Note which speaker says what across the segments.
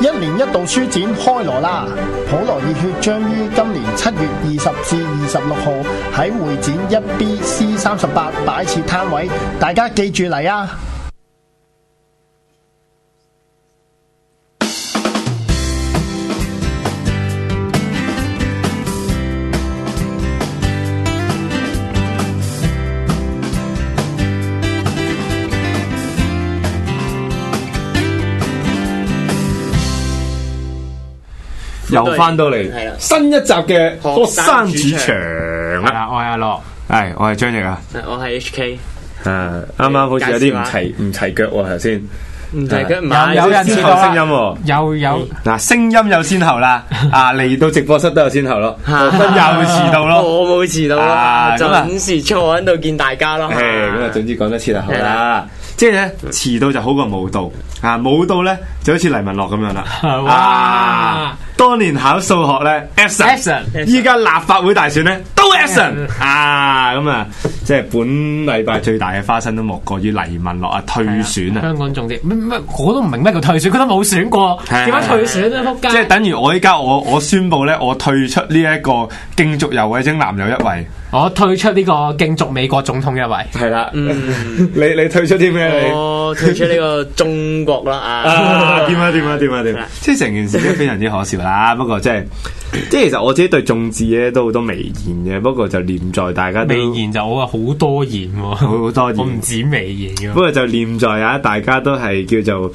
Speaker 1: 一年一度書展開鑼啦！普羅熱血將於今年七月二十至二十六號喺會展一 B C 三十八擺設攤位，大家記住嚟啊！
Speaker 2: 又翻到嚟
Speaker 3: 係啦
Speaker 2: 新一集嘅學生主
Speaker 3: 學
Speaker 2: 場
Speaker 4: 係
Speaker 2: 啦，
Speaker 4: 啊，我係阿樂，
Speaker 2: 係我係張翼啊，
Speaker 3: 我係 HK，
Speaker 2: 誒啊啱啱好似有啲唔齊唔齊腳喎頭先，啊
Speaker 3: 唔係佢唔係啊
Speaker 4: 有有人
Speaker 2: 先
Speaker 4: 知
Speaker 2: 後
Speaker 4: 道啦
Speaker 2: 聲音喎。
Speaker 4: 又有
Speaker 2: 嗱，聲音有先後啦，啊嚟到直播室都有先後咯，
Speaker 3: 嚇 哦
Speaker 2: 我都又遲到咯，
Speaker 3: 我冇遲到
Speaker 2: 啊
Speaker 3: 啦，
Speaker 2: 咁啊
Speaker 3: 準時坐喺度見大家咯。
Speaker 2: 誒咁啊，總之講得切就好
Speaker 3: 係
Speaker 2: 啦
Speaker 3: 啦。
Speaker 2: 即係咧，遲到就好過冇到啊！冇到咧就好似黎文樂咁樣 啦。
Speaker 4: 哇
Speaker 2: 啊！當年考數學咧
Speaker 4: Absent
Speaker 2: ，absent，依家立法會大選咧都 absent 啊！咁啊，即係本禮拜最大嘅花生都莫過於黎文樂啊退選 啊！
Speaker 4: 香港重點，乜乜我都唔明咩叫退選，佢都冇選過，
Speaker 2: 係
Speaker 4: 點解退選咧？仆街！
Speaker 2: 即係等於我依家我我宣布咧，我退出呢一個競逐游蕙禎男友一位。
Speaker 4: 我退出呢個競逐美國總統一位，
Speaker 2: 系啦，哦你 你退出啲咩你？
Speaker 3: 我退出呢個中國啦 啊！
Speaker 2: 啊，点啊點啊點啊點啊！即係成件事都非常之可笑啦。 不過即係，即係其實我自己對眾志咧都好多微言嘅，不過就念在大家都
Speaker 4: 微言就我好多言
Speaker 2: 嗯好
Speaker 4: 喎，
Speaker 2: 好多
Speaker 4: 我唔
Speaker 2: 言。
Speaker 4: 止微言嘅
Speaker 2: 不。過就念在啊，大家都係叫做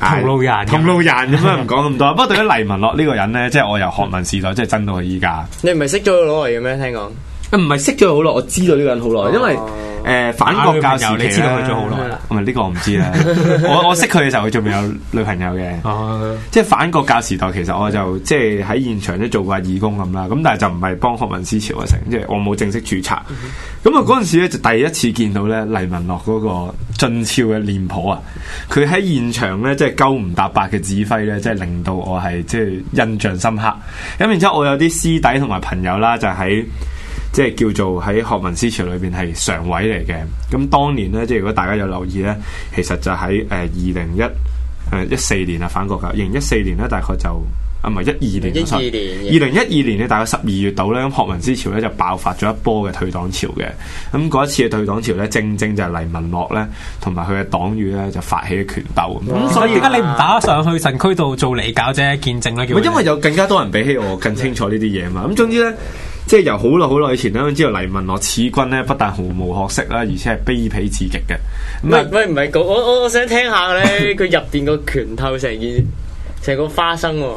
Speaker 2: 唉
Speaker 4: 同路人
Speaker 2: 同路人咁樣唔講咁多。不過對於黎文樂呢個人咧，即係我由學民時代即係憎到佢依家。
Speaker 3: 你唔係識咗佢攞嚟嘅咩？聽講
Speaker 2: 唔係識咗佢好耐，我知道呢個人好
Speaker 4: 哦
Speaker 2: 耐，因為誒、呃反國教時期咧
Speaker 4: 你知道佢咗好耐啦。
Speaker 2: 唔係呢個我唔知啦，我我識佢嘅時候，佢仲未有女朋友嘅。
Speaker 4: 哦，
Speaker 2: 即係反國教時代，其實我就即係喺現場都做過義工咁啦，咁但係就唔係幫學民思潮啊成，即係我冇正式註冊。咁啊嗰陣時咧就第一次見到咧黎文樂嗰個俊俏嘅臉譜啊，佢喺現場咧即係鳩唔搭八嘅指揮咧，即係令到我係即係印象深刻。咁然之後我有啲師弟同埋朋友啦，就喺。即係叫做喺學民思潮裏邊係常委嚟嘅。咁當年呢，即係如果大家有留意呢，其實就喺誒呃二零一誒一四年啊，反國教，二零一四年呢，大概就啊唔係一二年，
Speaker 3: 2012
Speaker 2: 二零一二年咧，大概十二月度咧，咁學民思潮咧就爆發咗一波嘅退黨潮嘅。咁嗰一次嘅退黨潮咧，正正就係黎文樂咧同埋佢嘅黨羽咧就發起咗拳鬥。咁
Speaker 4: 咁所以點嗯解你唔打上去神區度做離教啫？見證啦，叫
Speaker 2: 唔係因為有更加多人比起我更清楚呢啲嘢嘛。咁總之咧，即係由好耐好耐以前咧，知道黎文樂此君咧不但毫無學識啦，而且係卑鄙至極嘅。
Speaker 3: 唔
Speaker 2: 咁啊
Speaker 3: 係，喂唔係講我我我想聽下咧，佢入邊個拳頭成件成個花生喎。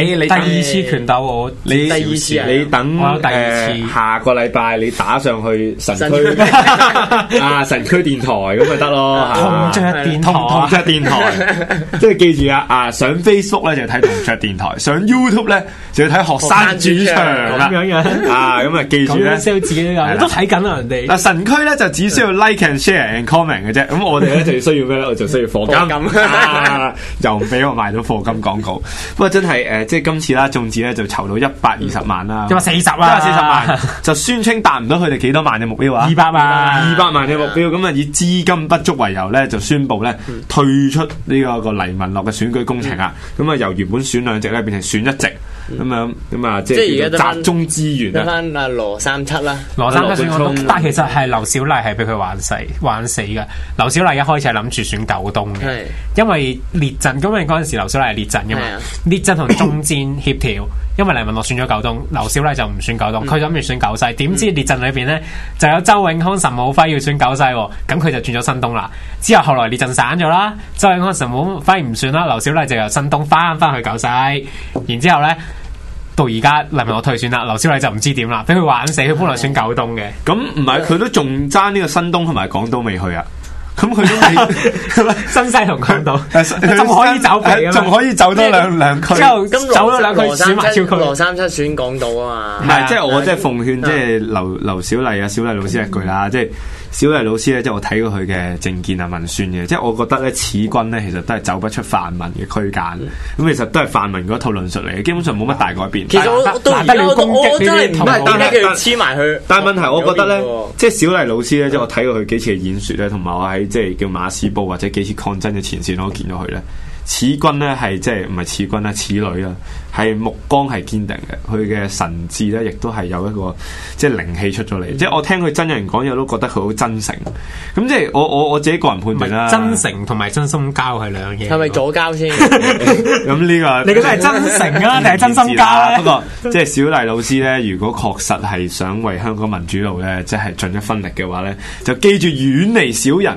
Speaker 4: 你第二次拳鬥我，
Speaker 2: 你
Speaker 3: 第二次啊
Speaker 2: 你等
Speaker 4: 我有第二次
Speaker 2: 誒下個禮拜你打上去神
Speaker 3: 神
Speaker 2: 區 啊神區電台咁咪得 咯，
Speaker 4: 同着電
Speaker 2: 同同
Speaker 4: 台
Speaker 2: 桌電 台，即係記住啊！啊，上 Facebook 咧就睇同桌電台，上 YouTube 咧就要睇學生主場啦
Speaker 4: 咁樣樣
Speaker 2: 啊！咁啊，記住
Speaker 4: 咁
Speaker 2: 咧
Speaker 4: 樣。先自己都有，
Speaker 2: 係啦
Speaker 4: 都睇緊啊人哋
Speaker 2: 嗱，。神區咧就只需要 like and share and comment 嘅啫，咁我哋咧就要需要咩咧？我就需要課金，
Speaker 3: 課金
Speaker 2: 啊又唔俾我賣到課金廣告。不過真係誒，即係今次啦，眾志咧就籌到一百二十萬啦，
Speaker 4: 你話40
Speaker 2: 一百
Speaker 4: 啦
Speaker 2: 四十萬，就宣稱達唔到佢哋幾多萬嘅目標啊，
Speaker 4: 200萬
Speaker 2: 二百萬嘅目標，咁啊嗯以資金不足為由咧，就宣布咧退出呢個個黎文樂嘅選舉工程啊，咁啊由原本選兩席咧變成選一席。咁樣咁啊，即
Speaker 3: 即係而
Speaker 2: 係
Speaker 3: 家
Speaker 2: 叫
Speaker 3: 得
Speaker 2: 做
Speaker 3: 返
Speaker 2: 集中資源
Speaker 3: 得
Speaker 2: 啊！
Speaker 3: 翻阿羅三七啦，
Speaker 4: 羅生
Speaker 2: 羅
Speaker 4: 都選
Speaker 2: 冠
Speaker 4: 我
Speaker 2: 聰
Speaker 4: 東，但其實係劉小麗係俾佢玩死玩死嘅。劉小麗一開始係諗住選九東嘅
Speaker 3: 係，
Speaker 4: 因為列陣，咁因為嗰陣時劉小麗係列陣嘅嘛
Speaker 3: 係啊，
Speaker 4: 列陣同中戰協調， 因為黎文樂選咗九東，劉小麗就唔選九
Speaker 2: 嗯
Speaker 4: 東，佢諗住選九西，點知列陣裏邊咧就有周永康、岑武輝要選九西喎，咁佢就轉咗新東啦。之後後來列陣散咗啦，周永康、岑武輝唔選啦，劉小麗就由新東翻翻去九西，然之後咧。到而家黎文樂退選啦，劉小麗就唔知點啦，俾佢玩死，佢本來選九東嘅。
Speaker 2: 咁唔係佢都仲爭呢個新東同埋港島未去啊？咁佢 都未
Speaker 4: 新西同港島，
Speaker 2: 佢
Speaker 4: 仲可以走避㗎嘛
Speaker 2: 仲可以走多兩兩區。啊
Speaker 4: 之後
Speaker 3: 咁
Speaker 4: 走咗兩區
Speaker 3: 羅
Speaker 4: 選
Speaker 3: 三
Speaker 4: 埋超
Speaker 3: 七
Speaker 4: 區。
Speaker 3: 羅三七選港島啊
Speaker 2: 唔
Speaker 3: 嘛，
Speaker 2: 係，即係我即係奉勸，
Speaker 4: 嗯
Speaker 2: 即係劉劉小麗啊，小麗老師一句啦，即係小麗老師咧，即係我睇過佢嘅政見啊、文宣嘅，即係我覺得咧，此君咧其實都係走不出泛民嘅區間，
Speaker 4: 嗯
Speaker 2: 咁其實都係泛民嗰套論述嚟嘅，基本上冇乜大改變。
Speaker 3: 其實我
Speaker 4: 難得
Speaker 3: 我到而
Speaker 4: 難得
Speaker 3: 家
Speaker 4: 要
Speaker 3: 我都
Speaker 4: 攻擊
Speaker 3: 我真係
Speaker 4: 呢啲
Speaker 3: 唔係
Speaker 2: 同學
Speaker 3: 點解佢要黐埋佢？
Speaker 2: 但係問題，我覺得咧
Speaker 3: 有邊喎，
Speaker 2: 即係小麗老師咧，即係我睇過佢幾次嘅演說咧，同埋我喺即係叫馬屎埔或者幾次抗爭嘅前線我都見到佢咧。此君咧係即係唔係此君啦，此女啦，係目光係堅定嘅，佢嘅神智咧亦都係有一個即係靈氣出咗嚟。即係我聽佢真人講嘢，都覺得佢好真誠。咁即係我我我自己個人判
Speaker 4: 唔
Speaker 2: 斷啦。
Speaker 4: 係真誠同埋真心交係兩樣嘢。
Speaker 3: 係咪左交先？
Speaker 2: 咁呢個
Speaker 4: 你覺得係真誠啊，定係真心交
Speaker 2: 不
Speaker 4: 咧？
Speaker 2: 過即係小麗老師咧，如果確實係想為香港民主路咧，即係盡一分力嘅話咧，就記住遠離小人，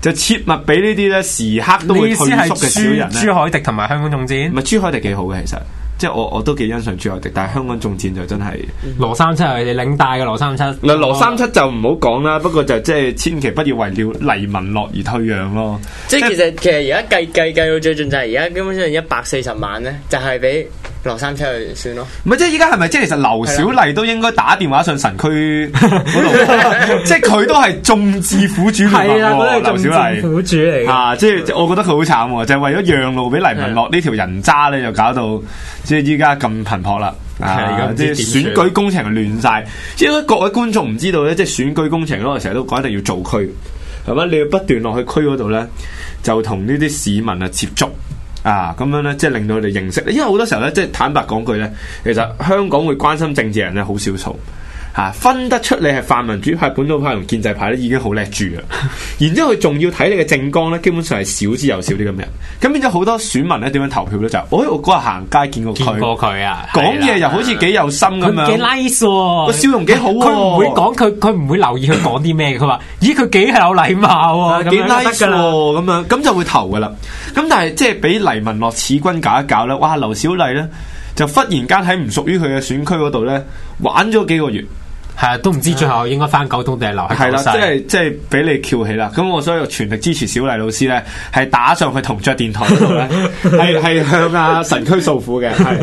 Speaker 2: 就切勿俾呢啲咧時刻都
Speaker 4: 你
Speaker 2: 會
Speaker 4: 意思
Speaker 2: 退
Speaker 4: 係
Speaker 2: 縮嘅小人
Speaker 4: 朱朱
Speaker 2: 咧。
Speaker 4: 海迪同埋香港總
Speaker 2: 唔
Speaker 4: 戰
Speaker 2: 係朱海迪幾好嘅，其實即係我我都幾欣賞朱海迪，但係香港中箭就真係。
Speaker 4: 羅三七係你領帶嘅羅三七。
Speaker 2: 嗱，羅三七就唔好講 啦，不過就即係千祈不要為了黎文樂而退讓咯。
Speaker 3: 即係其實其實而家計計計到最盡就係而家根本上一百四十萬咧，就係俾羅三七去算咯。
Speaker 2: 唔係即係依家係咪即係其實劉小麗都應該打電話上神區嗰 度，即係佢都係眾志苦主聯盟
Speaker 4: 啊
Speaker 2: 喎，哦劉小麗。
Speaker 4: 主嚟
Speaker 2: 啊！即係我覺得佢好慘喎，就係、為咗讓路俾黎文樂呢條人渣咧，就搞到即係依家咁頻撲啦。
Speaker 4: 係而家
Speaker 2: 啊！
Speaker 4: 唔
Speaker 2: 即
Speaker 4: 知
Speaker 2: 係選
Speaker 4: 點算
Speaker 2: 舉工程亂晒，因為各位觀眾唔知道咧，即係選舉工程咧，我成日都講一定要做區，係咪？你要不斷落去區嗰度咧，就同呢啲市民啊接觸。啊，咁樣咧，即係令到佢哋認識，因為好多時候咧，即係坦白講句咧，其實香港會關心政治人咧好少數。嚇、分得出你係泛民主派、本土派同建制派咧，已經好叻住啦。 然之後佢仲要睇你嘅政綱咧，基本上係少之又少啲咁人。咁變咗好多選民咧點樣投票咧就係，哎我嗰日行街見過
Speaker 4: 見過
Speaker 2: 佢，
Speaker 4: 佢啊，
Speaker 2: 講嘢又好似幾有心咁
Speaker 4: 佢幾
Speaker 2: 樣，
Speaker 4: nice 喎，
Speaker 2: 個笑容幾好喎，
Speaker 4: 佢唔會講佢佢唔會留意佢講啲咩嘅，佢話咦佢幾有禮貌
Speaker 2: 啊
Speaker 4: 喎，
Speaker 2: 幾
Speaker 4: 咁樣
Speaker 2: nice
Speaker 4: 就得㗎
Speaker 2: 喎
Speaker 4: 啦。
Speaker 2: 咁樣，咁就會投噶啦。咁但係即係俾黎文樂此君搞一搞咧，哇！劉小麗咧就忽然間喺唔屬於佢嘅選區嗰度咧玩咗幾個月。
Speaker 4: 係啊，都唔知最後應該翻九東定係留喺
Speaker 2: 係啦，
Speaker 4: 九西
Speaker 2: 即係即係俾你翹起啦。咁我所以我全力支持小麗老師咧，係打上去同桌電台嗰度 咧，係係向阿神區訴苦嘅，係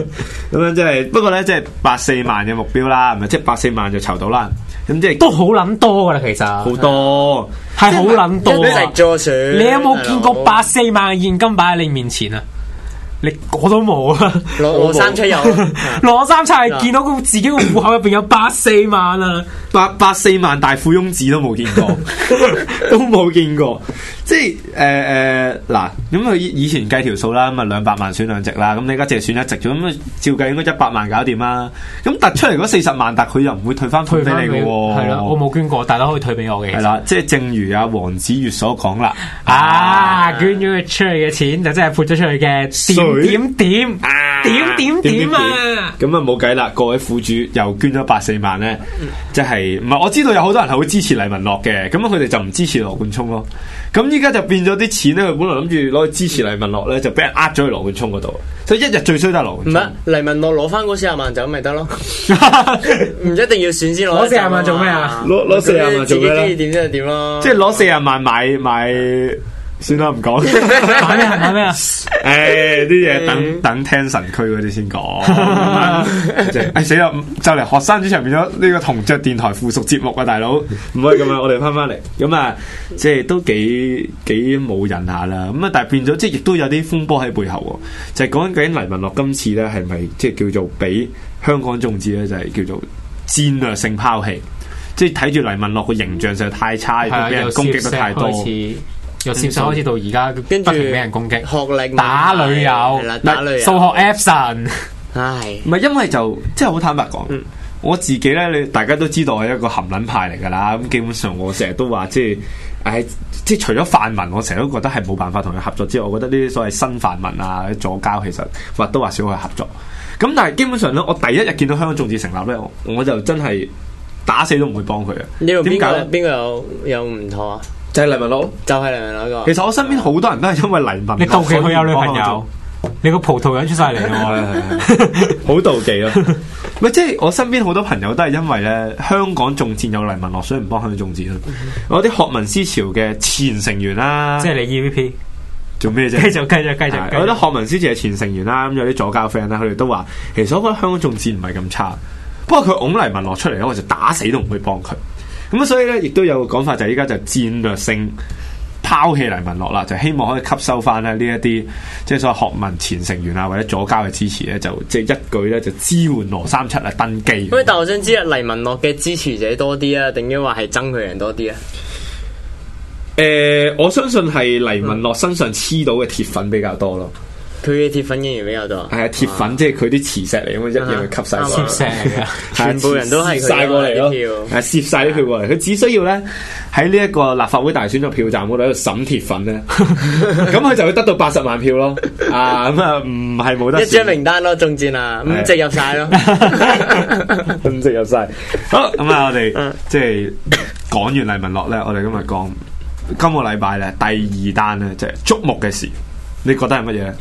Speaker 2: 咁樣即係。不過咧，即係八四萬嘅目標啦，唔係即係八四萬就籌到啦。咁即係
Speaker 4: 都好撚多㗎啦，其
Speaker 2: 好
Speaker 4: 實
Speaker 2: 多，
Speaker 4: 係好撚
Speaker 3: 一
Speaker 4: 多
Speaker 3: 直
Speaker 4: 啊！
Speaker 3: 咗選，
Speaker 4: 你有冇見
Speaker 2: 啊
Speaker 4: 過八四萬嘅現金擺喺你面前啊？你我都冇啊！
Speaker 3: 羅羅三七有？
Speaker 4: 羅三七係見到佢自己個户口入邊有八四萬啊！
Speaker 2: 八八四萬大富翁字都冇見 過，都冇見過。即係誒誒嗱，咁佢以前計條數啦，咁啊兩百萬選兩席啦，咁你而家淨係選一席咗，咁啊照計應該一百萬搞掂啦。咁突出嚟嗰四十萬，但佢又唔會退翻
Speaker 4: 退
Speaker 2: 款俾
Speaker 4: 翻
Speaker 2: 你嘅
Speaker 4: 俾
Speaker 2: 喎。
Speaker 4: 係啦，我冇捐過，大家可以退俾我嘅。
Speaker 2: 係啦，即係正如阿黃子悅所講啦，
Speaker 4: 啊，捐咗佢出去嘅錢就真係潑咗出去嘅
Speaker 2: 水
Speaker 4: 點點點點點點啊！
Speaker 2: 咁啊冇計啦，各位苦主又捐咗八四萬咧，
Speaker 3: 嗯
Speaker 2: 即係唔係？我知道有好多人係會支持黎文樂嘅，咁啊佢哋就唔支持羅冠聰咯。咁依家就變咗啲錢咧，佢本來諗住攞去支持黎文樂咧，就俾人呃咗去羅冠聰嗰度，所以一日最衰都係羅
Speaker 3: 唔
Speaker 2: 冠
Speaker 3: 係
Speaker 2: 聰。
Speaker 3: 黎文樂攞翻嗰四十萬走咪 得咯，唔一定要選先攞。
Speaker 4: 攞40萬做咩啊
Speaker 2: 攞攞40萬做咩呢
Speaker 3: 自己中意點就點咯。
Speaker 2: 即係攞四十萬買買，算啦唔講。
Speaker 4: 買咩啊？買咩啊？
Speaker 2: 诶，哎啲嘢等等聽神區嗰啲先講。即係哎死啦！就嚟學生主場變咗呢個同桌電台附屬節目啊，大佬唔可以咁啊！我哋翻翻嚟咁啊，即係都幾幾冇癮下啦。咁啊，但係變咗即係亦都有啲風波喺背後喎，就係講緊究竟黎文樂今次咧係咪即係叫做俾香港眾志咧就係叫做戰略性拋棄。即係睇住黎文樂個形象實在太差，亦都
Speaker 4: 啊
Speaker 2: 俾人攻擊得太多。
Speaker 4: 由攝上開始到而家，不
Speaker 3: 跟
Speaker 4: 停
Speaker 3: 住
Speaker 4: 俾人攻擊，
Speaker 3: 學歷問題
Speaker 4: 打女友
Speaker 3: 係啦，打女友
Speaker 4: 數學 absent，
Speaker 3: 唉，
Speaker 2: 唔係因為就即係好坦白講，我自己咧，你大家都知道我係一個含撚派嚟㗎啦。咁基本上我成日都話即係。誒，即係除咗泛民，我成日都覺得係冇辦法同佢合作之外，我覺得呢啲所謂新泛民啊、左交其實或多或少去合作。咁但係基本上咧，我第一日見到香港眾志成立咧，我我就真係打死都唔會幫佢啊嘅。
Speaker 3: 呢度邊
Speaker 2: 點解
Speaker 3: 個
Speaker 2: 咧？
Speaker 3: 邊個有有唔妥啊？
Speaker 2: 就係黎文樂。
Speaker 3: 就係黎文樂嗰個
Speaker 2: 其。實我身邊好多人都係因為黎文樂。
Speaker 4: 你妒忌佢有
Speaker 2: 所以唔
Speaker 4: 女
Speaker 2: 幫香
Speaker 4: 朋
Speaker 2: 港眾
Speaker 4: 友，你個葡萄人出晒嚟喎，
Speaker 2: 好妒忌啊咯。咪即係我身邊好多朋友都係因為咧香港中箭有黎文樂，所以唔幫香港中箭咯。我啲學民思潮嘅前成員啦，
Speaker 4: 即係你 EVP，
Speaker 2: 做咩
Speaker 4: 繼
Speaker 2: 啫？
Speaker 4: 續繼續繼續
Speaker 2: 係
Speaker 4: 繼
Speaker 2: 我覺得
Speaker 4: 續。
Speaker 2: 學民思潮嘅前成員啦，咁有啲左教 friend 啦，佢哋都話其實我覺得香港中戰唔係咁差，不過佢拱黎文落出嚟咧，我就打死都唔會幫佢。咁所以咧，亦都有個講法就係依家就戰略性。拋棄黎文樂啦，就希望可以吸收翻咧呢一啲即係所謂學民前成員啊，或者左交嘅支持咧，就即係一舉咧就支援羅三七啊登基。
Speaker 3: 喂，但我想知啊，黎文樂嘅支持者多啲啊，定抑或係憎佢人多啲啊？
Speaker 2: 誒、呃我相信係黎文樂身上黐到嘅鐵粉比較多咯。
Speaker 3: 佢嘅鐵粉仍然比較多啊，
Speaker 2: 係啊，鐵粉即係佢啲磁石嚟咁樣，一樣吸晒
Speaker 3: 啊
Speaker 2: 佢。
Speaker 3: 啱啊
Speaker 4: 貼石嚟㗎
Speaker 3: 全部人都係佢
Speaker 2: 攝晒過嚟
Speaker 3: 呢票
Speaker 2: 咯，係攝晒啲票
Speaker 3: 啊
Speaker 2: 過嚟。佢只需要咧喺呢一個立法會大選嘅票站嗰度喺度審鐵粉咧， 咁佢就會得到八十萬票咯。啊，咁啊，唔係冇得
Speaker 3: 一張
Speaker 2: 選。
Speaker 3: 名單咯，中箭啊，五隻入 晒咯。
Speaker 2: 咁直入晒。好，咁啊，我哋
Speaker 3: 嗯
Speaker 2: 即係講完黎文樂咧，我哋今日講今個禮拜咧第二單咧，即係觸目嘅事，你覺得係乜嘢咧？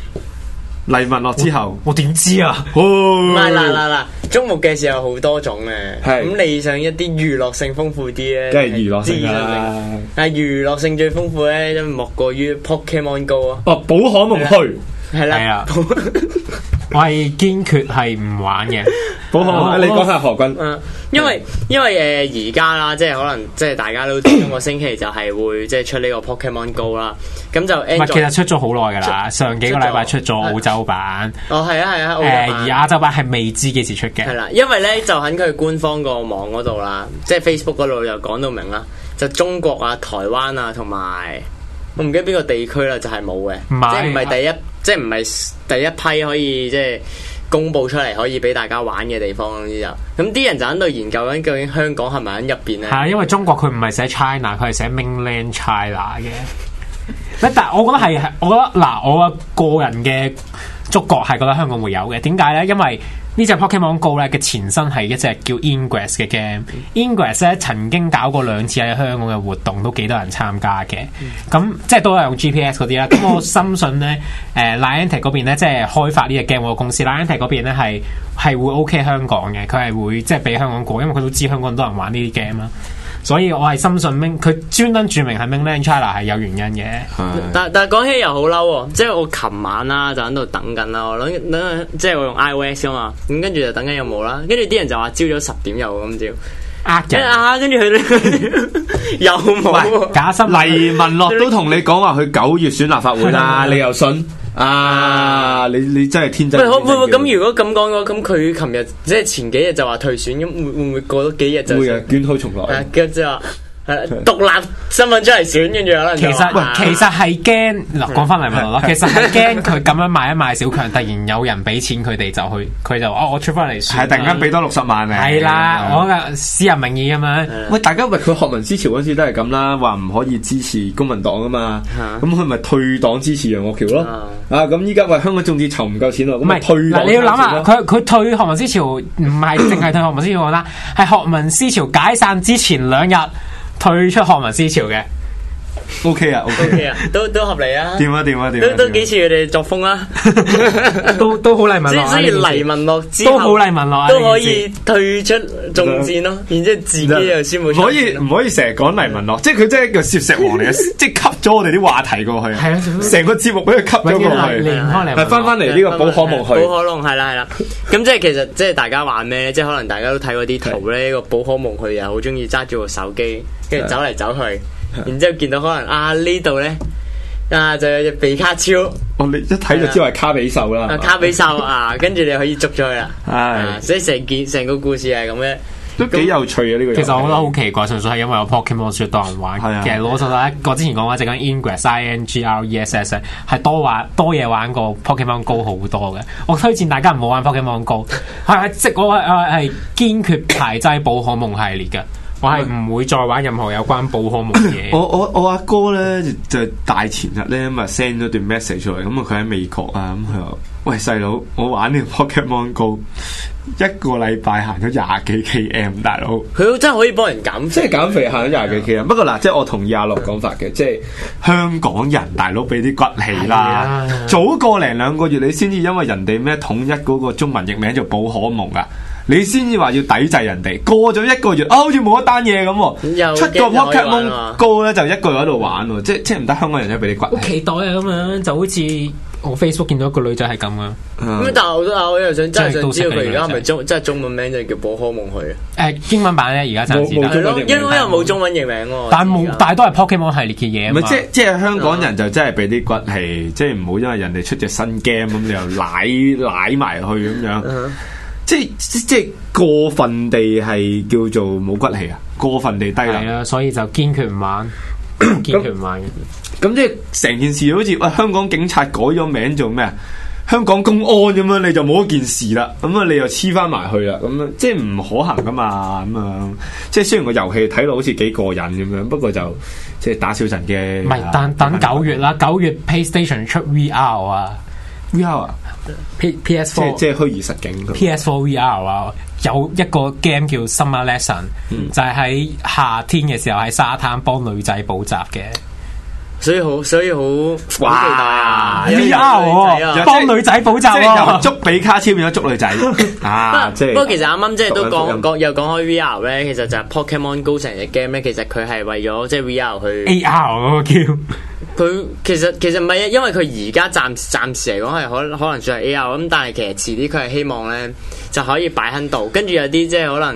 Speaker 2: 黎文樂之後，
Speaker 4: 我點知啊？
Speaker 3: 唔
Speaker 2: 唔
Speaker 3: 係嗱嗱嗱，中目嘅時候好多種嘅，
Speaker 2: 係
Speaker 3: 咁你想一啲娛樂性豐富啲咧，
Speaker 2: 梗係啊娛
Speaker 4: 啊
Speaker 2: 樂性㗎
Speaker 3: 資訊
Speaker 2: 啦
Speaker 3: 性。但係娛樂性最豐富咧，都莫過於 Pokemon Go 啊，
Speaker 2: 哦，寶可夢虛，
Speaker 3: 係
Speaker 4: 係啊
Speaker 3: 啦，
Speaker 4: 我係堅決係唔 玩嘅，
Speaker 2: 寶可
Speaker 4: 哦
Speaker 2: 啊夢，你講下何君。
Speaker 3: 嗯，因為因為誒而家啦，即係可能即係大家 都知，今個星期就係會即係出呢個 Pokemon Go 啦，咁就
Speaker 4: 唔係其
Speaker 3: Android
Speaker 4: 實出咗好耐㗎啦，上幾個禮拜出咗澳洲版，
Speaker 3: 哦係啊係啊，
Speaker 4: 誒
Speaker 3: 澳洲
Speaker 4: 呃而
Speaker 3: 版
Speaker 4: 亞洲版係未知幾時出
Speaker 3: 係
Speaker 4: 嘅，
Speaker 3: 啦，因為咧就喺佢官方個網嗰度啦，即係 Facebook 嗰度又講到明啦，就中國啊、台灣啊同埋我唔記得邊個地區啦，就係冇嘅，
Speaker 4: 唔係
Speaker 3: 即係唔係第一，即係唔係第一批可以即係公佈出嚟可以俾大家玩嘅地方總之就咁啲人就喺度研究緊究竟香港係咪喺入邊咧
Speaker 4: 係？啊，因為中國佢唔係寫 China，佢係寫 Mainland China 嘅。咧，但係我覺得係，我覺得嗱，我個人嘅觸覺係覺得香港會有嘅。點解咧？因為呢只 Pokemon Go 咧嘅前身係一隻叫 Ingress 嘅 game。Ingress 咧曾經搞過兩次喺香港嘅活動，都幾多人參加嘅。咁即係都係用 GPS 嗰啲啦。咁我深信咧，誒 Niantic 嗰邊咧，即係開發呢只 game 嗰個公司，Niantic 嗰邊咧係係會 OK 香港嘅，佢係會即係俾香港過，因為佢都知香港多人玩呢啲 game 啦。所以我係深信 Ming，佢專登註明係 Mainland China 係有原因嘅。
Speaker 3: 但但講起又好嬲喎，即係我琴晚啦就喺度等緊啦，我諗等即係我用 iOS 啊嘛，咁跟住就等緊有冇啦，跟住啲人就話朝早十點有喎今朝。
Speaker 4: 呃
Speaker 3: 跟
Speaker 4: 人。
Speaker 3: 啊，跟住佢哋 又冇喎，
Speaker 4: 假新聞
Speaker 2: 黎文樂都同你講話佢九月選立法會 啦，你又信啊？你你真係天真。
Speaker 3: 喂，好會唔會咁？如果咁講嘅話，咁佢琴日即係前幾日就話退選，咁會會唔會過多幾日就
Speaker 2: 會啊，捲土重
Speaker 3: 係
Speaker 2: 來。
Speaker 3: 跟住就話係啦獨立身份出嚟選，跟住可能
Speaker 4: 其
Speaker 3: 就
Speaker 4: 實
Speaker 3: 話
Speaker 4: 其實係驚嗱，講翻黎文樂啦，其實啊嗯係驚佢咁樣賣一賣小強，突然有人俾錢佢哋就去，佢就哦我出翻嚟算啦
Speaker 2: 係突然間俾多六十萬啊你。
Speaker 4: 係啦，我嘅私人名義咁樣，
Speaker 2: 喂，大家喂佢學民思潮嗰陣時都係咁啦，話唔可以支持公民黨啊嘛，咁
Speaker 3: 嚇
Speaker 2: 佢咪退黨支持楊岳橋咯。啊，咁依家喂香港眾志籌唔夠錢咯，咁
Speaker 4: 唔
Speaker 2: 咪
Speaker 4: 係
Speaker 2: 退黨
Speaker 4: 嗱，你要諗啊下，
Speaker 2: 咯
Speaker 4: 佢佢退學民思潮唔係淨係退學民思潮講啦，係學民思潮解散之前兩日退出學民思潮嘅，
Speaker 2: OK 啊
Speaker 3: OK
Speaker 2: ，OK 啊，
Speaker 3: 啊，都都合理啊，
Speaker 2: 掂啊掂啊掂啊掂
Speaker 3: 都
Speaker 2: 啊。
Speaker 3: 都幾似佢哋作風 啦。
Speaker 4: 都都好黎文
Speaker 3: 所以
Speaker 4: 樂啊，
Speaker 3: 所以
Speaker 4: 呢件事
Speaker 3: 黎文樂之
Speaker 4: 都好
Speaker 3: 後
Speaker 4: 黎
Speaker 2: 哦
Speaker 4: 文樂啊，
Speaker 3: 都可
Speaker 4: 呢件事
Speaker 3: 以退出眾戰咯，然之後自己又宣布
Speaker 2: 唔
Speaker 3: 出
Speaker 2: 嗯可以唔
Speaker 3: 選
Speaker 2: 可以成日講黎文樂，即係佢真係一個攝石王嚟 嘅，即係吸咗我哋啲話題過去。
Speaker 4: 係啊
Speaker 2: 成個節目俾佢吸咗過
Speaker 4: 永
Speaker 2: 去
Speaker 4: 遠。離唔開黎文樂
Speaker 2: 係翻翻嚟呢個寶可夢去。
Speaker 3: 寶可夢係啦係啦，咁即係其實即係大家玩咩咧？即係可能大家都睇過啲圖咧，個寶可夢佢又好中意揸住部手機，跟住走嚟走去，然之後見到可能啊呢度咧。啊，就有隻比卡超
Speaker 2: 我哦你一睇就知道係卡比獸啦。
Speaker 3: 啊，卡比獸 啊，跟住你可以捉咗佢啦。
Speaker 2: 係
Speaker 3: 啊，所以成件成個故事係咁嘅。
Speaker 2: 都幾有趣啊！呢個
Speaker 4: 其實我覺得好奇怪，純粹係因為有 Pokemon 所以多人玩。
Speaker 2: 係啊
Speaker 4: 其實老實啦，我之前講嗰只講 Ingress I N G R E S S 係多玩多嘢玩過 Pokemon Go 好多嘅。我推薦大家唔好玩 Pokemon Go，係 係即係我係我係堅決排擠寶可夢系列嘅。我係唔會再玩任何有關寶可夢嘅嘢。
Speaker 2: 我我我阿哥咧就就大前日咧咁啊 send 咗段 message 出嚟，咁啊佢喺美國啊，咁佢話：喂細佬，我玩呢個 Pokemon Go 一個禮拜行咗廿幾 km，大佬。
Speaker 3: 佢真係可以幫人減
Speaker 2: 即
Speaker 3: 肥，
Speaker 2: 係減肥行咗
Speaker 3: 啊
Speaker 2: 廿幾 km，不過嗱，即係我同意阿樂講法嘅，即係香港人大佬俾啲骨氣啦
Speaker 4: 係啊。
Speaker 2: 早個零兩個月，你先至因為人哋咩統一嗰個中文譯名叫寶可夢啊，你先至話要抵制人哋。過咗一個月，啊，好似冇一單嘢咁喎，
Speaker 3: 又
Speaker 2: 出個
Speaker 3: 驚又可以玩
Speaker 2: Pokemon
Speaker 3: 啊
Speaker 2: 高咧就一個人喺度玩喎，即係即係唔得香港人真係俾啲骨
Speaker 4: 好
Speaker 2: 氣。
Speaker 4: 期待啊！咁樣就好似我 Facebook 見到一個女仔係咁啊，
Speaker 3: 咁
Speaker 2: 嗯
Speaker 3: 但係我都啊我又想真係想知道佢而家係
Speaker 4: 真係都食
Speaker 3: 咪
Speaker 4: 你
Speaker 3: 中真係中文名就叫寶可夢去啊？
Speaker 4: 誒英文版咧而家暫時
Speaker 2: 冇冇
Speaker 3: 係
Speaker 2: 中文
Speaker 4: 得，
Speaker 3: 咯，
Speaker 2: 譯名
Speaker 3: 因為因為冇中文譯名喎。啊
Speaker 4: 但係冇
Speaker 3: 而，家
Speaker 4: 但係都係 Pokemon 系列嘅嘢啊
Speaker 2: 唔
Speaker 4: 嘛
Speaker 2: 哦係即係即係香港人就真係俾啲骨氣，即係唔好因為人哋出隻新 game 咁你又
Speaker 4: 嗯
Speaker 2: 舐舐埋去咁樣。
Speaker 3: 嗯
Speaker 2: 即係即即係過分地係叫做冇骨氣啊，過分地低
Speaker 4: 係
Speaker 2: 能。
Speaker 4: 啊，所以就堅決唔玩，堅決唔玩嘅。
Speaker 2: 咁即係成件事好似喂香港警察改咗名做咩啊？香港公安咁樣你就冇一件事啦，咁啊你又黐翻埋去啦，咁樣即係唔可行噶嘛，咁樣即係雖然個遊戲睇落好似幾過癮咁樣，不過就即係打啊小神嘅。
Speaker 4: 唔係，但等九月啦，九月 PlayStation 出 VR 啊
Speaker 2: VR 啊，
Speaker 4: ，P PS
Speaker 2: 即係
Speaker 4: Four
Speaker 2: 即係虛擬實境咁。
Speaker 4: PS4 VR 啊，有一個 game 叫 Summer Lesson，、就
Speaker 2: 嗯
Speaker 4: 係喺夏天嘅時候喺沙灘幫女仔補習嘅。
Speaker 3: 所以好所以好
Speaker 2: 哇哎
Speaker 3: 好期待啊
Speaker 4: VR
Speaker 3: 有
Speaker 2: 啊
Speaker 3: 女仔
Speaker 4: 喎，幫女仔補
Speaker 2: 即
Speaker 4: 習
Speaker 2: 係由
Speaker 4: 喎。
Speaker 2: 捉比卡超變咗捉女仔 啊！即
Speaker 3: 不
Speaker 2: 係
Speaker 3: 不過其實啱啱即係都
Speaker 2: 讀緊福
Speaker 3: 講
Speaker 2: 音
Speaker 3: 講又講開 VR 咧，其實就係 Pokemon Go 成隻 game 咧，其實佢係為咗即係 VR 去，
Speaker 4: AR 嗰個
Speaker 3: 佢其實其實唔係啊，因為佢而家暫暫時嚟講係可可能算係 AR 咁，但係其實遲啲佢係希望咧就可以擺喺度，跟住有啲即係可能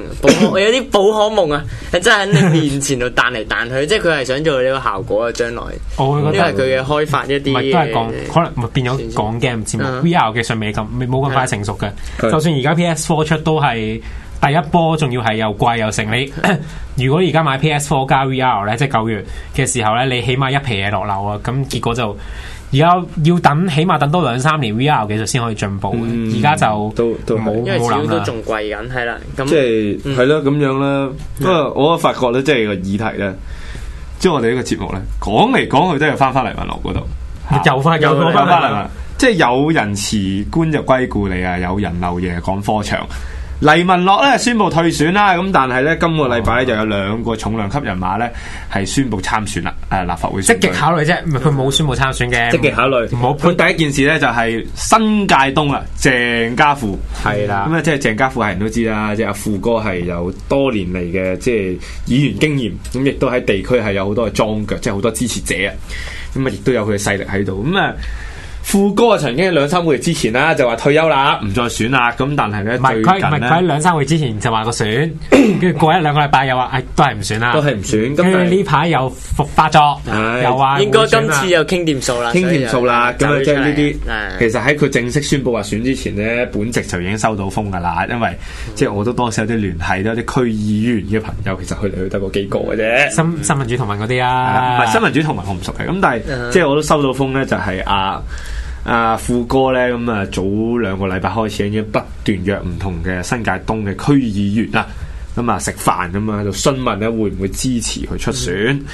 Speaker 3: 寶可有啲寶可夢啊，係真係喺你面前度彈嚟彈去，即係佢係想做呢個效果啊，將來呢
Speaker 4: 叫，我會覺
Speaker 3: 個
Speaker 4: 得
Speaker 3: 係佢嘅開發一
Speaker 4: 唔
Speaker 3: 啲
Speaker 4: 係都係講，
Speaker 3: 嘅
Speaker 4: 可能咪變咗講 game 節目
Speaker 3: 嗯
Speaker 4: VR 嘅上未咁未冇咁快成熟嘅。
Speaker 2: 嗯
Speaker 4: 就算而家 PS4 出都係第一波，仲要係又貴又成。你 如果而家買 PS4 加 VR 咧，即係九月嘅時候咧，你起碼一皮嘢落樓啊！咁結果就而家要等，起碼等多兩三年 VR 技術先可以進步
Speaker 2: 嗯
Speaker 4: 嘅。而家就
Speaker 2: 都都係
Speaker 4: 冇
Speaker 3: 因為始
Speaker 4: 冇
Speaker 3: 終
Speaker 4: 諗
Speaker 3: 都
Speaker 4: 啦。
Speaker 3: 仲貴緊，係啦，咁
Speaker 2: 即係係咯咁樣啦。不過我發覺咧，即係個議題咧，即係我哋呢個節目咧，講嚟講去都係翻翻黎文樂嗰度，
Speaker 4: 又快又
Speaker 3: 又
Speaker 4: 快
Speaker 2: 翻
Speaker 3: 嚟
Speaker 4: 翻
Speaker 2: 翻
Speaker 4: 翻
Speaker 2: 黎
Speaker 4: 嚟
Speaker 2: 文
Speaker 4: 啦！。
Speaker 2: 即係有人辭官就歸故里啊，有人漏夜講科場。黎文樂咧宣布退選啦，咁但係咧今個禮拜咧就有兩個重量級人馬咧係宣布參選啦，誒立法會選舉
Speaker 4: 積極考慮啫，唔係佢冇宣布參選嘅。
Speaker 2: 積極考慮。
Speaker 4: 唔好
Speaker 2: 佢第一件事咧就係新界東啊，鄭家富
Speaker 4: 係啦
Speaker 2: 咁啊，即係鄭家富係人都知啦，即係阿富哥係有多年嚟嘅即係議員經驗，咁亦都喺地區係有好多嘅裝腳，即係好多支持者啊。咁啊，亦都有佢嘅勢力喺度。咁啊，富哥啊曾經喺兩三個月之前啦，就話退休啦，唔再選啦。咁但係咧
Speaker 4: 唔係
Speaker 2: 最
Speaker 4: 佢，唔
Speaker 2: 近
Speaker 4: 係佢喺
Speaker 2: 咧
Speaker 4: 兩三個月之前就話 個選，跟住過一兩個禮拜又話，唉，都係唔選啦。
Speaker 2: 都係唔選。咁
Speaker 4: 跟
Speaker 2: 但
Speaker 4: 住
Speaker 2: 係
Speaker 4: 呢排又復發作，
Speaker 2: 唉
Speaker 4: 又話
Speaker 3: 應該
Speaker 4: 會選啊
Speaker 3: 今
Speaker 4: 啦
Speaker 2: 啊
Speaker 3: 次又傾掂數啦，
Speaker 2: 傾掂數啦，咁
Speaker 3: 所
Speaker 2: 啊即
Speaker 3: 以就
Speaker 2: 係呢啲
Speaker 3: 走咗出嚟啦，
Speaker 2: 其實喺佢正式宣布話選之前咧，本席就已經收到風噶啦，因為即係我都多少有啲聯繫，都有啲區議員嘅朋友，其實去嚟去得嗰幾個嘅啫。
Speaker 4: 新新民主同盟嗰啲
Speaker 2: 啊唔
Speaker 4: 啊，
Speaker 2: 係新民主同盟我唔熟嘅，咁但係
Speaker 3: 嗯
Speaker 2: 即係我都收到風咧，就係阿阿富哥咧，咁啊早兩個禮拜開始已經不斷約唔同嘅新界東嘅區議員啦，咁啊食飯咁啊喺度詢問咧會唔會支持佢出選。
Speaker 4: 嗯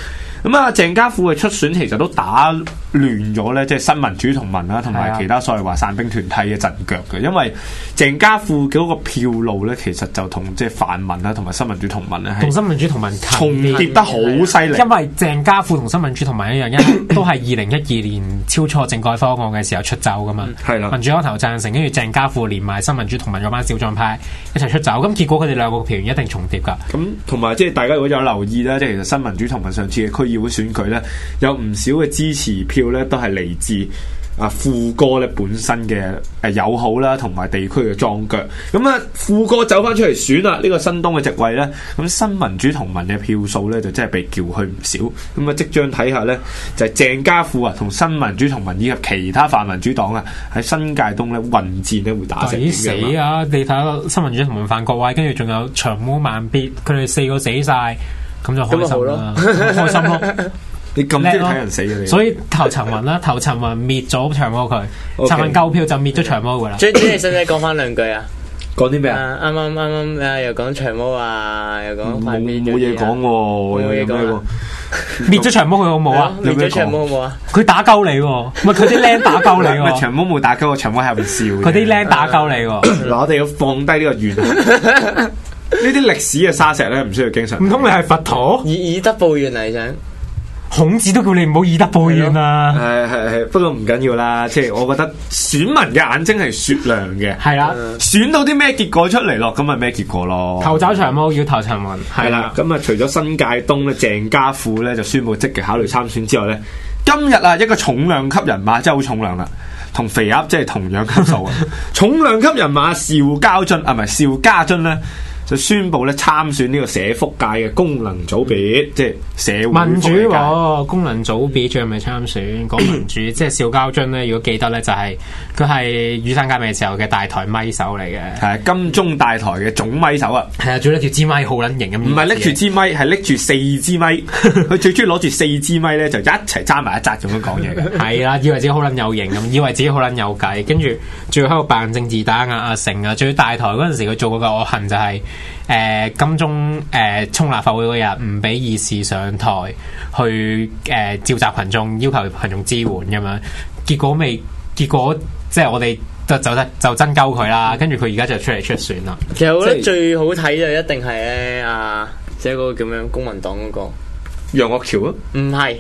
Speaker 2: 咁啊，鄭家富嘅出選其實都打亂咗咧，即係新民主同盟啦，同
Speaker 4: 係
Speaker 2: 埋
Speaker 4: 啊
Speaker 2: 其他所謂話散兵團體嘅陣腳嘅，因為鄭家富嗰個票路咧，其實就同即係泛民啦，同埋新民主同盟咧
Speaker 4: 同
Speaker 2: 係
Speaker 4: 新民主同盟近
Speaker 2: 重
Speaker 4: 啲
Speaker 2: 疊得好
Speaker 4: 啊
Speaker 2: 犀利。
Speaker 4: 因為鄭家富同新民主同盟一樣，因為 都係二零一二年超錯政改方案嘅時候出走噶嘛。
Speaker 2: 係啦
Speaker 4: 民主黨投贊成，跟住鄭家富連埋新民主同盟嗰班小壯派一齊出走，咁結果佢哋兩個票源一定重疊噶。
Speaker 2: 咁同埋即係大家如果有留意咧，即係其實新民主同埋上次嘅區議會選舉咧，有唔少嘅支持票咧，都係嚟自。啊，富哥咧本身嘅誒友好啦，同埋地區嘅裝腳，咁啊富哥走翻出嚟選啊啦，呢、個新東嘅席位咧，咁新民主同盟嘅票數咧就真係被撬去唔少，咁啊即將睇下咧就係、鄭家富啊同新民主同盟以及其他泛民主黨啊喺新界東咧混戰咧會打成
Speaker 4: 抵
Speaker 2: 點
Speaker 4: 死
Speaker 2: 樣啊
Speaker 4: 啊！你睇下新民主同盟范國威，跟住仲有長毛萬必，佢哋四個死晒，咁就開心啦，開心咯。
Speaker 2: 你 咁中意
Speaker 4: 叻咯
Speaker 2: 睇人死啊嘅你，
Speaker 4: 所以投陳雲啦，投陳雲滅咗長毛佢，
Speaker 2: OK
Speaker 4: 陳雲夠票就滅咗長毛噶啦。
Speaker 3: 最最你使唔使講翻兩句啊？
Speaker 2: 講 啲咩啊？
Speaker 3: 啊啱啱啱啱啊，又講長毛啊，又講
Speaker 2: 冇
Speaker 3: 塊面
Speaker 2: 冇嘢講喎，
Speaker 3: 冇
Speaker 2: 有
Speaker 3: 嘢
Speaker 2: 咩
Speaker 3: 講啊
Speaker 2: 喎？
Speaker 4: 滅咗長毛佢好冇啊？
Speaker 3: 你
Speaker 2: 有咩
Speaker 3: 咗長
Speaker 2: 講
Speaker 3: 毛冇啊？
Speaker 4: 佢打鳩你喎，唔係佢啲僆打鳩你
Speaker 2: 咪
Speaker 4: 喎，
Speaker 2: 長毛冇打鳩，我長毛喺入邊笑嘅。
Speaker 4: 佢啲僆打鳩你喎。
Speaker 2: 嗱，我哋要放低呢個怨恨。 呢啲歷史嘅沙石咧，唔需要經常。
Speaker 4: 唔通你係佛陀？
Speaker 3: 以以德報怨嚟想，
Speaker 4: 孔子都叫你唔好以德報怨
Speaker 3: 嗯
Speaker 4: 啊！
Speaker 2: 係係係，不過唔緊要啦。即係我覺得選民嘅眼睛係雪亮嘅，
Speaker 4: 係啦，
Speaker 2: 選到啲咩結果出嚟咯，咁咪咩結果咯。
Speaker 4: 頭走長毛要頭長雲，
Speaker 2: 係
Speaker 4: 係
Speaker 2: 啦
Speaker 4: 啦，。
Speaker 2: 咁啊，除咗新界東咧，鄭家富咧就宣布積極考慮參選之外咧，今日啊，一個重量級人馬真係好重量啦，同肥鴨即係同樣級 數啊！重量級人馬邵家臻啊，唔係邵家臻咧。就宣布咧參選呢個社福界嘅功能組別，即係社會
Speaker 4: 民主
Speaker 2: 福利界
Speaker 4: 喎，功能組別最後咪參 選講民主，即係邵家臻咧。如果記得咧，就係佢係雨傘革命時候嘅大台咪手嚟嘅，
Speaker 2: 係啊金鐘大台嘅總咪手啊！
Speaker 4: 係啊，仲拎住支咪好撚型咁。
Speaker 2: 嗯唔係拎
Speaker 4: 啊
Speaker 2: 住支咪，係拎住四支 咪。佢最中意攞住四支咪咧，就一齊揸埋一扎咁樣講嘢嘅。
Speaker 4: 係啦，以為自己好撚有型咁，以為自己好撚有計，跟住仲要喺度扮政治打壓阿成啊！最大台嗰陣時，佢做過個惡行就係、呃金鐘誒、呃、衝立法會嗰日，唔俾議事上台去誒、呃召集群眾，要求群眾支援咁樣，結果未，結果即係我哋就就得就爭鳩佢啦，跟住佢而家就出嚟出選啦。
Speaker 3: 其實我覺得
Speaker 2: 即係
Speaker 3: 最好睇就一定係咧啊，即係嗰個叫咩公民黨嗰個，唔
Speaker 2: 楊岳橋啊，
Speaker 3: 係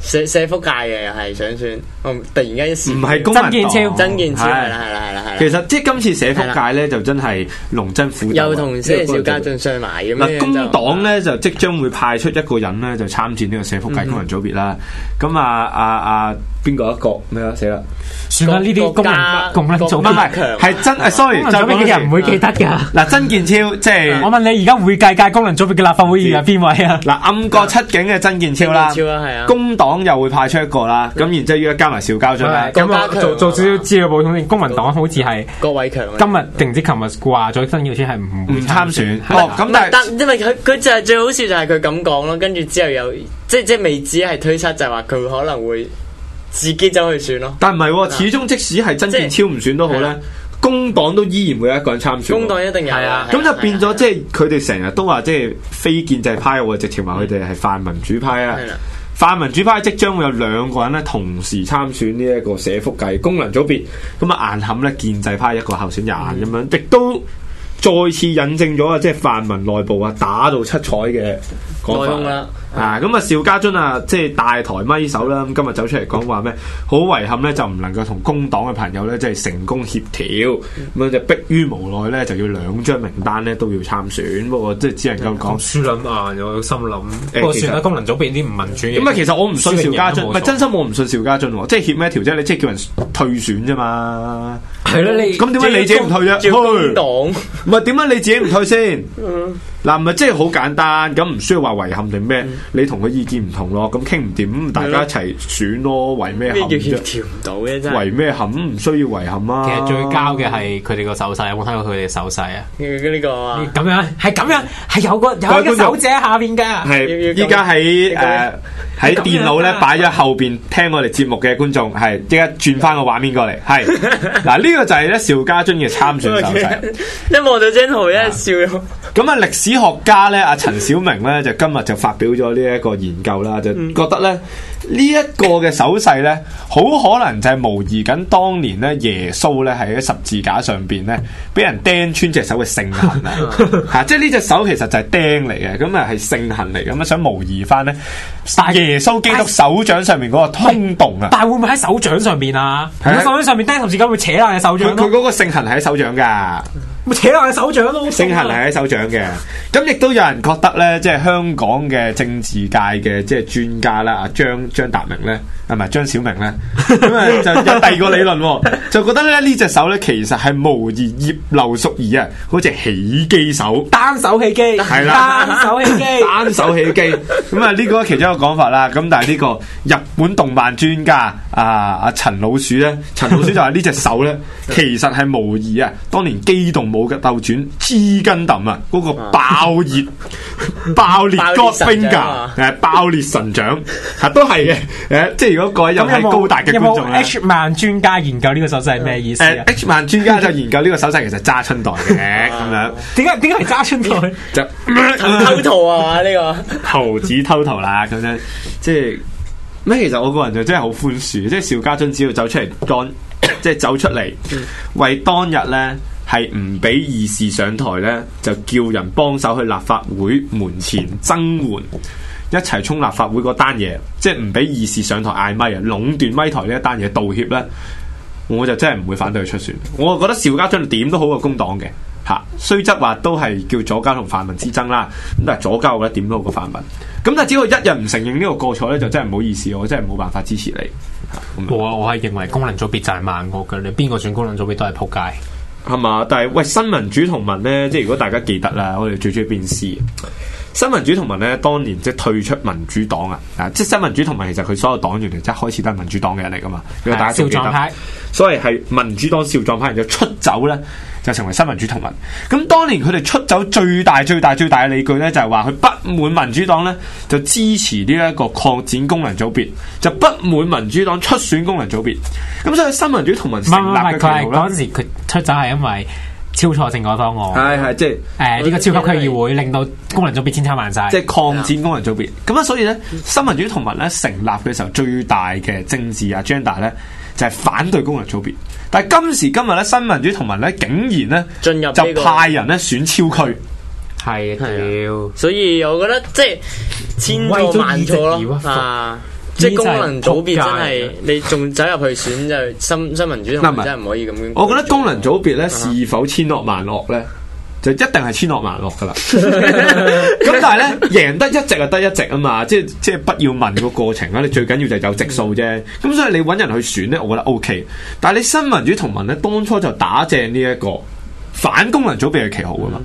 Speaker 3: 社社福界嘅又係想選，我突然間一時
Speaker 2: 唔係公民
Speaker 4: 曾健超
Speaker 2: 黨，
Speaker 3: 曾健超
Speaker 2: 係
Speaker 3: 係啦係啦係啦係
Speaker 2: 其
Speaker 3: 啦，
Speaker 2: 實即係今次社福界咧，就真係龍爭虎鬥啊
Speaker 3: 又同即係邵家。
Speaker 2: 呢
Speaker 3: 俊相埋咁
Speaker 2: 個嗱，啊
Speaker 3: 樣
Speaker 2: 工
Speaker 3: 就
Speaker 2: 黨咧就即將會派出一個人咧，就參戰呢個社福
Speaker 3: 嗯
Speaker 2: 界功能組別啦。咁啊啊啊，邊個一個咩啊？死啦！
Speaker 4: 算啦，呢啲
Speaker 3: 國
Speaker 4: 功
Speaker 3: 家
Speaker 4: 能功能組
Speaker 2: 唔係唔
Speaker 4: 別，
Speaker 2: 係，係真係 sorry，
Speaker 4: 功能
Speaker 2: 嗯再講
Speaker 4: 組別嘅
Speaker 2: 多次
Speaker 4: 人唔會記得㗎。
Speaker 2: 嗱，曾健超即
Speaker 3: 嗯
Speaker 2: 係
Speaker 4: 我問你，而家會計界功能組別嘅立法會議員係邊位啊？
Speaker 2: 嗱，暗角七警嘅曾健超啦，
Speaker 3: 曾健超啊係嗯啊
Speaker 2: 工黨又會派出一個啦，咁然之後依家加埋邵家臻啦，
Speaker 3: 咁我
Speaker 4: 啊做做少少資料補充先，公民黨好似係
Speaker 3: 郭偉強啊
Speaker 4: 今日定唔知琴日掛咗新耀先係唔
Speaker 2: 唔
Speaker 4: 會
Speaker 2: 參
Speaker 4: 參
Speaker 2: 選
Speaker 4: 選。。
Speaker 2: 哦，咁
Speaker 3: 唔係
Speaker 2: 但係
Speaker 3: 但因為佢佢就係最好笑就係佢咁講咯，跟住之後又即即未止係推測，就係話佢可能會自己走去選咯。啊
Speaker 2: 但唔係喎，始終即使係曾健超唔選都好
Speaker 3: 係
Speaker 2: 咧
Speaker 3: 啊，
Speaker 2: 工黨都依然會有一個人參選喎。
Speaker 3: 工黨一定有
Speaker 4: 係啊
Speaker 2: 咁就變咗，即
Speaker 3: 係
Speaker 2: 係佢哋成日都話，即係非建制派，我直情話佢哋係泛民主派啊
Speaker 3: 係啦。
Speaker 2: 泛民主派即將會有兩個人咧同時參選呢一個社福界功能組別，咁啊硬冚咧建制派一個候選人
Speaker 3: 嗯
Speaker 2: 咁樣，亦都再次引證咗啊，即係泛民內部啊打到七彩嘅講
Speaker 3: 內
Speaker 2: 法
Speaker 3: 訌啦
Speaker 2: 啊！咁啊，邵家臻啊，即係大台咪手啦，咁今日走出嚟講話咩？好遺憾咧，就唔能夠同工黨嘅朋友咧，即係成功協調，咁啊樣就迫於無奈咧，就要兩張名單咧都要參選。不過即係只能
Speaker 3: 嗯
Speaker 2: 夠講。
Speaker 4: 輸撚硬，我心諗，
Speaker 2: 不過算啦
Speaker 4: 功能組別啲唔民主嘅
Speaker 2: 咁啊，其實我唔信邵家臻，唔係真
Speaker 4: 心
Speaker 2: 心我唔信邵家臻喎，即係協咩調啫？你即係叫人退選啫嘛。
Speaker 4: 係咯，你
Speaker 2: 咁點解你自己唔退啫？
Speaker 3: 照工
Speaker 2: 去
Speaker 3: 黨
Speaker 2: 唔係點解你自己唔退先？
Speaker 3: 嗯
Speaker 2: 嗱，唔係即係好簡單，咁唔需要話遺憾定咩？你同佢意見唔同咯，咁傾唔掂，咁大家一齊選咯，為咩
Speaker 3: 咩
Speaker 2: 憾
Speaker 3: 叫協
Speaker 2: 啫？
Speaker 3: 調唔到嘅真係
Speaker 2: 為咩憾？唔需要遺憾啊！
Speaker 4: 其實最交嘅係佢哋個手勢，有冇睇過佢哋手勢啊？
Speaker 3: 佢呢個啊，
Speaker 4: 咁樣係咁樣嗯係有個有一個手指喺下邊㗎。
Speaker 2: 係
Speaker 3: 要要咁
Speaker 2: 依家喺
Speaker 3: 要
Speaker 2: 誒
Speaker 3: 咁
Speaker 2: 喺電腦咧擺咗後邊聽我哋節目嘅觀眾，係即刻轉翻個畫面過嚟， 係嗱呢個就係咧邵家臻嘅參選手勢。
Speaker 3: 一望到張圖咧笑咗，
Speaker 2: 咁啊，歷史學家咧，阿陳小明咧就今日就發表咗呢一個研究啦，就覺得咧呢一個嘅手勢咧，好可能就係模擬緊當年咧耶穌咧喺十字架上邊咧俾人釘穿隻手嘅聖痕 啊！嚇，即係呢隻手其實就係釘嚟嘅，咁啊係聖痕嚟，咁啊想模擬翻咧耶穌基督手掌上面嗰個通洞啊！
Speaker 4: 但係會唔會喺手掌上面啊？如果手掌上面釘十字架會扯爛你手
Speaker 2: 佢
Speaker 4: 掌
Speaker 2: 佢
Speaker 4: 咯，
Speaker 2: 嗰個聖痕係喺手掌㗎。
Speaker 4: 咪扯爛你手掌咯。好
Speaker 2: 星
Speaker 4: 痛
Speaker 2: 痕
Speaker 4: 啊
Speaker 2: 係喺手掌嘅，咁亦都有人覺得咧，即係香港嘅政治界嘅即係專家啦，阿張張達明咧，啊唔係張小明咧，咁啊 就有第二個理論喎，就覺得咧呢隻手咧其實係模擬葉劉淑儀啊，好似起機手。
Speaker 4: 單手起機，係
Speaker 2: 啦
Speaker 4: 單手 起機，
Speaker 2: 單手起機，咁啊呢個其中一個講法啦。咁但係呢個日本動漫專家啊阿陳老鼠咧，陳老鼠就話呢隻手咧，其實係模擬啊當年機動武嘅鬥轉黐根揼啊嗰個爆熱爆裂
Speaker 3: 爆裂
Speaker 2: God
Speaker 3: 神掌
Speaker 2: finger
Speaker 3: 啊
Speaker 2: 啊誒爆裂神掌嚇都係嘅誒，即係如如果各位又係高達嘅
Speaker 4: 有
Speaker 2: 觀眾
Speaker 4: 冇
Speaker 2: 咧。
Speaker 4: H 萬專家研究呢個手勢係咩意思
Speaker 2: 誒
Speaker 4: 啊？
Speaker 2: H 萬專家就研究呢個手勢其實揸春袋嘅咁樣，
Speaker 4: 點解點解係揸春袋？
Speaker 2: 就
Speaker 3: 偷圖啊呢個。
Speaker 2: 猴子偷桃啦，咁樣即係咩？其實我個人就真係好寬恕，即係邵家臻只要走出嚟當， 即係走出嚟為當日咧係唔俾議事上台咧，就叫人幫手去立法會門前增援。一齊衝立法會嗰單嘢，即係唔俾議事上台嗌咪啊，壟斷咪台呢一單嘢道歉咧，我就真係唔會反對佢出選。我覺得邵家臻點都好過工黨嘅嚇，雖則話都係叫左家同泛民之爭啦，咁但係左家我覺得點都好過泛民。咁但係只要一日唔承認呢個過錯咧，就真係唔好意思，我真係冇辦法支持你。嚇咁樣
Speaker 4: 我我係認為功能組別就係萬惡嘅，你邊個選功能組別都係撲街。
Speaker 2: 係嘛？但係喂，新民主同盟咧，即係如果大家記得啦，我哋最中意邊詩。新民主同盟咧，當年即係退出民主黨啊，啊，即係新民主同盟其實佢所有黨員嚟，即係開始都係民主黨嘅人嚟噶嘛。如果大家仲記
Speaker 4: 少壯
Speaker 2: 得
Speaker 4: 派，
Speaker 2: 所謂係民主黨少壯派，然後出走咧，就成為新民主同盟。咁當年佢哋出走最大、最大、最大嘅理據咧，就係話佢不滿民主黨咧，就支持呢一個擴展功能組別，就不滿民主黨出選功能組別。咁所以新民主同盟
Speaker 4: 唔係唔
Speaker 2: 成立
Speaker 4: 係
Speaker 2: 嘅渠
Speaker 4: 唔係，佢係
Speaker 2: 道咧，
Speaker 4: 嗰陣時佢出走係因為超錯政改方案，
Speaker 2: 係係即係。
Speaker 4: 誒呢個超級區議會令到功能組別千差萬晒
Speaker 2: 即。係擴展功能組別。咁啊，所以咧，新民主同盟咧成立嘅時候，最大嘅政治 agenda 咧就係、反對功能組別。但係今時今日咧，新民主同盟咧竟然咧
Speaker 3: 進入呢個
Speaker 2: 就派人咧選超區，
Speaker 4: 係
Speaker 3: 啊所以我覺得即係千錯萬錯
Speaker 4: 為咗議席
Speaker 3: 咯
Speaker 4: 而屈服
Speaker 3: 啊！即係功能組別真係
Speaker 4: 呢
Speaker 3: 你仲走入去選就新新民主同
Speaker 2: 嗱唔係
Speaker 3: 盟真係唔可以咁樣。
Speaker 2: 我覺得功能組別
Speaker 3: 啊
Speaker 2: 咧是否千惡萬惡咧？就一定係千惡萬惡 噶啦，咁但係咧贏得一席就得一席啊嘛，即係即係不要問個過程啦，啊你最緊要就係有席數啫。咁所以你揾人去選咧，我覺得 O、k 但係你新民主同盟咧，當初就打正呢、一個反功能組別嘅旗號啊嘛。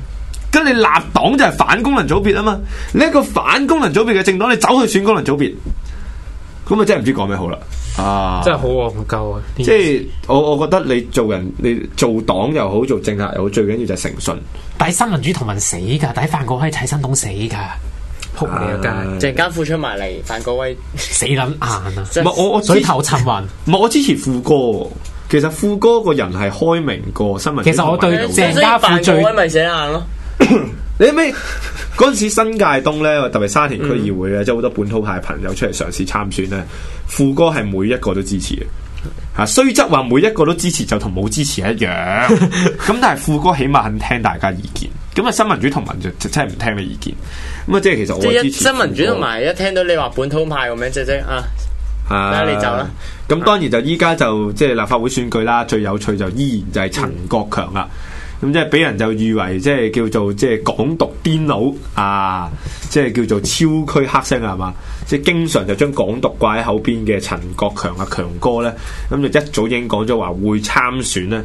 Speaker 2: 咁你立黨就係反功能組別啊嘛，你一個反功能組別嘅政黨，你走去選功能組別，咁啊真係唔知講咩好啦。啊，
Speaker 4: 真係好戇鳩啊！即
Speaker 2: 即係我我覺得你做人，你做黨又好，做政客又好，最緊要就係誠信。
Speaker 4: 但係新民主同盟死㗎，但係范國威睇新董死㗎，撲你個街，
Speaker 3: 鄭家富出埋嚟，范國威
Speaker 4: 死撚硬啊！
Speaker 3: 真
Speaker 2: 唔係我我
Speaker 4: 水
Speaker 2: 支持
Speaker 4: 頭沉雲。
Speaker 2: 唔係我支持富哥喎。其實富哥個人係開明過新聞。
Speaker 4: 其實我對
Speaker 3: 所以
Speaker 4: 鄭家富最
Speaker 3: 范國威咪寫硬咯，
Speaker 2: 你咩？嗰陣時新界東咧，特別沙田區議會啊咧，即係好多本土派朋友出嚟嘗試參選咧，富哥係每一個都支持嘅。嚇，雖則話每一個都支持就同冇支持一 樣，咁但係富哥起碼肯聽大家意見。咁啊，新民主同盟就就真係唔聽你意見。咁啊，即係其實我
Speaker 3: 即
Speaker 2: 係
Speaker 3: 係
Speaker 2: 支
Speaker 3: 一
Speaker 2: 持
Speaker 3: 新民
Speaker 2: 富
Speaker 3: 主
Speaker 2: 哥
Speaker 3: 同埋一聽到你話本土派咁樣，即即啊，
Speaker 2: 啊
Speaker 3: 啦你走啦。
Speaker 2: 咁當然就依家就即係立法會選舉啦，最有趣就依然就係陳國強啦。咁即係俾人就譽為即係叫做即係港獨癲佬啊，即係叫做超區黑星啊係嘛，即係經常就將港獨掛喺口邊嘅陳國強啊強哥咧，咁就一早已經講咗話會參選咧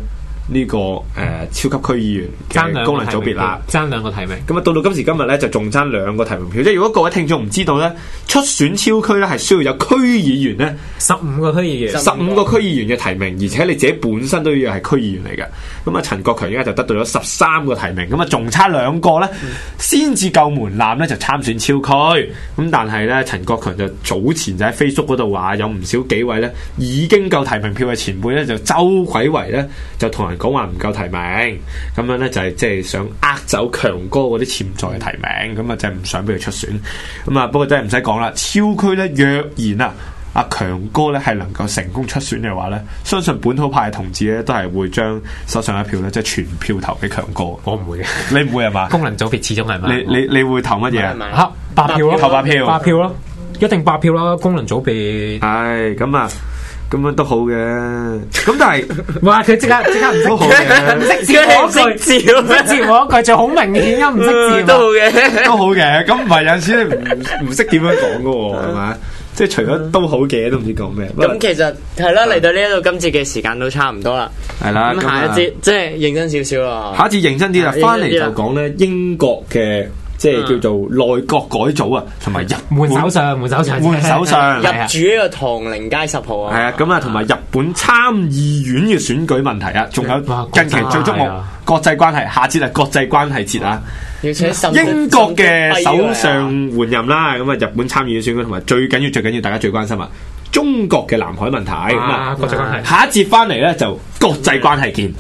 Speaker 2: 呢、個誒、呃超級區議員
Speaker 4: 爭
Speaker 2: 嘅
Speaker 4: 兩
Speaker 2: 功
Speaker 4: 個
Speaker 2: 能
Speaker 4: 提
Speaker 2: 組
Speaker 4: 名
Speaker 2: 別啦
Speaker 4: 票。，爭兩個提名。
Speaker 2: 咁啊，到到今時今日咧，就仲爭兩個提名票。即係如果各位聽眾唔知道咧，出選超區咧係需要有區議員咧
Speaker 4: 十五個區議員，
Speaker 2: 十五個區議員嘅提名，而且你自己本身都要係區議員嚟嘅。咁啊，陳國強而家就得到咗十三個提名，咁啊，仲差兩個咧，先至夠門檻咧就參選超區。咁但係咧，陳國強就早前就喺 Facebook 嗰度話，有唔少幾位咧已經夠提名票嘅前輩咧，就周鬼圍咧就同人講話唔夠提名，咁樣咧就係即係想呃走強哥嗰啲潛在嘅提名，咁啊就係唔想俾佢出選。咁啊，不過真係唔使講啦，超區咧若然啊〜阿強哥咧係能夠成功出選嘅話咧，相信本土派嘅同志咧都係會將手上一票咧，即係全票投俾強哥。
Speaker 4: 我唔會嘅。
Speaker 2: 你唔會係 嘛？
Speaker 4: 功能組別始終係
Speaker 2: 你
Speaker 4: 咪？
Speaker 2: 你你會投乜嘢
Speaker 3: 係
Speaker 2: 啊？
Speaker 3: 咪？
Speaker 4: 嚇八票咯，
Speaker 2: 投八票
Speaker 4: 八票咯，一定八票啦。功能組別，
Speaker 2: 唉，咁啊，咁樣都好嘅。咁但係
Speaker 4: 哇！佢 即刻即刻唔
Speaker 2: 都好
Speaker 4: 識
Speaker 2: 嘅，
Speaker 4: 唔識接我一句，
Speaker 3: 識字咯
Speaker 4: 唔識接我一句，就好明顯啊！唔識接
Speaker 3: 都好
Speaker 4: 啊。
Speaker 3: 嘅。
Speaker 2: 都好嘅。咁唔係有陣時你唔唔識 點樣講噶喎，係咪？即係除咗都好嘅，都唔知講咩。不過
Speaker 3: 咁其實係啦，嚟到呢一度今次嘅時間都差唔多啦。
Speaker 2: 係啦，
Speaker 3: 咁下一
Speaker 2: 啊啊
Speaker 3: 節即係認真少少啦。
Speaker 2: 下一次認真啲啦，
Speaker 3: 係
Speaker 2: 翻嚟
Speaker 3: 認真啲啦
Speaker 2: 就講咧英國嘅即係叫做內閣改組啊，同埋日
Speaker 4: 換
Speaker 2: 本
Speaker 4: 手上，換手上，
Speaker 2: 換手上
Speaker 3: 入
Speaker 4: 係啊
Speaker 3: 住呢個唐寧街十
Speaker 4: 哦
Speaker 3: 號啊，
Speaker 2: 係啊，咁啊，同埋日本參議院嘅選舉問題啊，仲有
Speaker 4: 哇
Speaker 2: 近期最矚目
Speaker 4: 國際關
Speaker 2: 國際關
Speaker 4: 係啊
Speaker 2: 係，下節啊國際關係節啊，
Speaker 3: 要請十
Speaker 2: 英國嘅首相
Speaker 3: 十
Speaker 2: 換任啦，咁啊日本參議院選舉同埋最緊要最緊要大家最關心啊，中國嘅南海問題。咁啊
Speaker 4: 啊，國際關係
Speaker 2: 下一節翻嚟咧就國際關係見。